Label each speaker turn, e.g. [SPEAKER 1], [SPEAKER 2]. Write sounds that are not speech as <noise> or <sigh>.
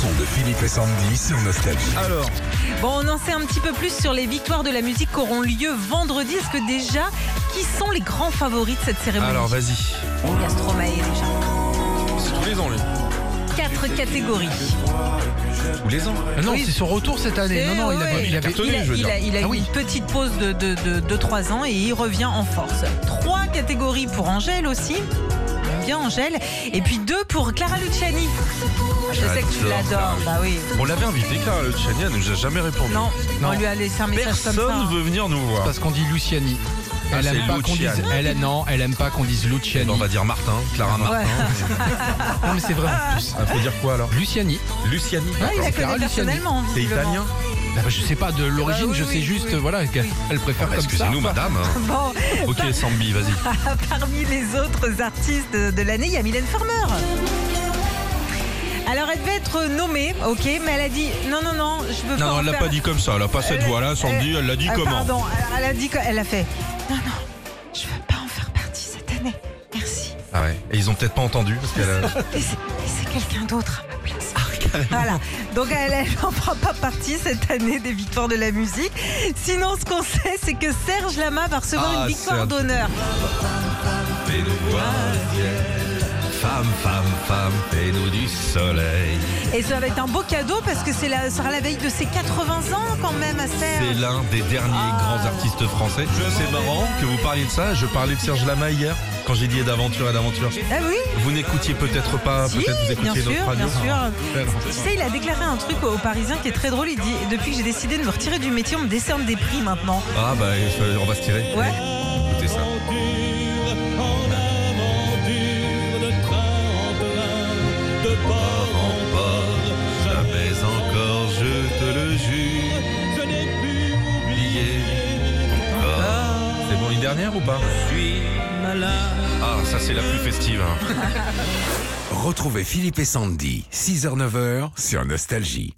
[SPEAKER 1] son de Philippe et Sandy sur Nostalgie.
[SPEAKER 2] Ah,
[SPEAKER 3] Alors,
[SPEAKER 4] Bon, on en sait un petit peu plus sur les victoires de la musique qui auront lieu vendredi. Est-ce que déjà, qui sont les grands favoris de cette cérémonie
[SPEAKER 3] alors vas-y.
[SPEAKER 4] Il y a Stromae déjà.
[SPEAKER 2] C'est tous les ans, lui.
[SPEAKER 4] Quatre catégories.
[SPEAKER 3] Tous les ans. Ah non,
[SPEAKER 4] Oui.
[SPEAKER 3] c'est son retour cette année.
[SPEAKER 4] Eh
[SPEAKER 3] Non, non, il,
[SPEAKER 4] ouais.
[SPEAKER 3] avait, il avait-
[SPEAKER 4] Il a, il a- il a
[SPEAKER 3] Ah
[SPEAKER 4] eu
[SPEAKER 3] oui.
[SPEAKER 4] une petite pause de 2-3 ans et il revient en force. Trois catégories pour Angèle aussi. J'aime Bien Angèle. Et puis deux pour Clara Luciani. Ah, Je sais que tu
[SPEAKER 2] J'adore
[SPEAKER 4] l'adores. Bah oui.
[SPEAKER 2] On l'avait invité, Clara Luciani, elle nous a jamais répondu.
[SPEAKER 4] Non,
[SPEAKER 3] Non.
[SPEAKER 4] on lui a laissé un message comme ça.
[SPEAKER 2] Personne
[SPEAKER 4] hein.
[SPEAKER 2] veut venir nous voir.
[SPEAKER 3] Parce qu'on dit Luciani.
[SPEAKER 2] Ah,
[SPEAKER 3] Elle
[SPEAKER 2] c'est
[SPEAKER 3] aime pas qu'on dise.
[SPEAKER 2] Luciani.
[SPEAKER 3] Elle, non, elle aime pas qu'on dise Luciani.
[SPEAKER 2] Bon, on va dire Martin, Clara Martin.
[SPEAKER 4] Ouais.
[SPEAKER 3] Non, mais c'est vrai en plus.
[SPEAKER 2] Ah, faut Ah, dire quoi alors
[SPEAKER 3] Luciani.
[SPEAKER 2] Luciani.
[SPEAKER 4] Ouais, Ah, il
[SPEAKER 3] D'accord.
[SPEAKER 4] la
[SPEAKER 3] Clara
[SPEAKER 4] connaît
[SPEAKER 3] Luciani.
[SPEAKER 4] personnellement. hein,
[SPEAKER 2] C'est
[SPEAKER 4] visiblement.
[SPEAKER 2] italien
[SPEAKER 3] Ah bah, je sais pas de l'origine,
[SPEAKER 4] oui,
[SPEAKER 3] je
[SPEAKER 4] oui,
[SPEAKER 3] sais juste
[SPEAKER 4] oui.
[SPEAKER 3] euh, voilà qu'elle elle préfère comme ça.
[SPEAKER 2] Excusez-nous, madame. hein.
[SPEAKER 4] <laughs> Bon,
[SPEAKER 2] Ok, Sambi, vas-y.
[SPEAKER 4] Parmi les autres artistes de, de l'année, il y a Mylène Farmer. Alors, elle devait être nommée, ok, mais elle a dit non, non, non, je veux pas.
[SPEAKER 2] Non,
[SPEAKER 4] en
[SPEAKER 2] elle l'a
[SPEAKER 4] faire-
[SPEAKER 2] pas dit comme ça. Elle a pas cette
[SPEAKER 4] Elle-
[SPEAKER 2] voix-là, Sandy. Elle l'a dit
[SPEAKER 4] Euh, Ah,
[SPEAKER 2] comment
[SPEAKER 4] Pardon, alors, elle a dit, que- elle a fait non, non, je veux pas en faire partie cette année, merci.
[SPEAKER 2] Ah ouais. Et ils ont peut-être pas entendu parce qu'elle. <laughs> a-
[SPEAKER 4] Laissez, laissez quelqu'un d'autre à ma place. Voilà, donc elle elle n'en prend pas partie cette année des victoires de la musique. Sinon, ce qu'on sait, c'est que Serge Lama va recevoir
[SPEAKER 2] Ah,
[SPEAKER 4] une victoire
[SPEAKER 2] Serge.
[SPEAKER 4] d'honneur.
[SPEAKER 2] Fais-nous voir le ciel. Femme, femme, femme, fais-nous du soleil.
[SPEAKER 4] Et ça va être un beau cadeau parce que c'est la, sera la veille de ses 80 ans quand même à
[SPEAKER 2] C'est
[SPEAKER 4] Serge.
[SPEAKER 2] l'un des derniers grands artistes français. C'est marrant que vous parliez de ça. Je parlais de Serge Lama hier quand j'ai dit d'aventure et d'aventure.
[SPEAKER 4] Ah oui
[SPEAKER 2] Vous n'écoutiez peut-être pas,
[SPEAKER 4] Si,
[SPEAKER 2] peut-être vous
[SPEAKER 4] bien
[SPEAKER 2] écoutiez notre
[SPEAKER 4] sûr,
[SPEAKER 2] radio.
[SPEAKER 4] bien sûr. Tu sais, il a déclaré un truc aux Parisiens qui est très drôle. Il dit Depuis que j'ai décidé de me retirer du métier, on me décerne des prix maintenant.
[SPEAKER 2] Ah bah euh, on va se tirer.
[SPEAKER 4] Ouais.
[SPEAKER 2] Écoutez ça. Jamais encore, je te le jure. C'est bon, une dernière ou pas Ah, ça c'est la plus festive. hein.
[SPEAKER 1] Retrouvez Philippe et Sandy, 6h-9h sur Nostalgie.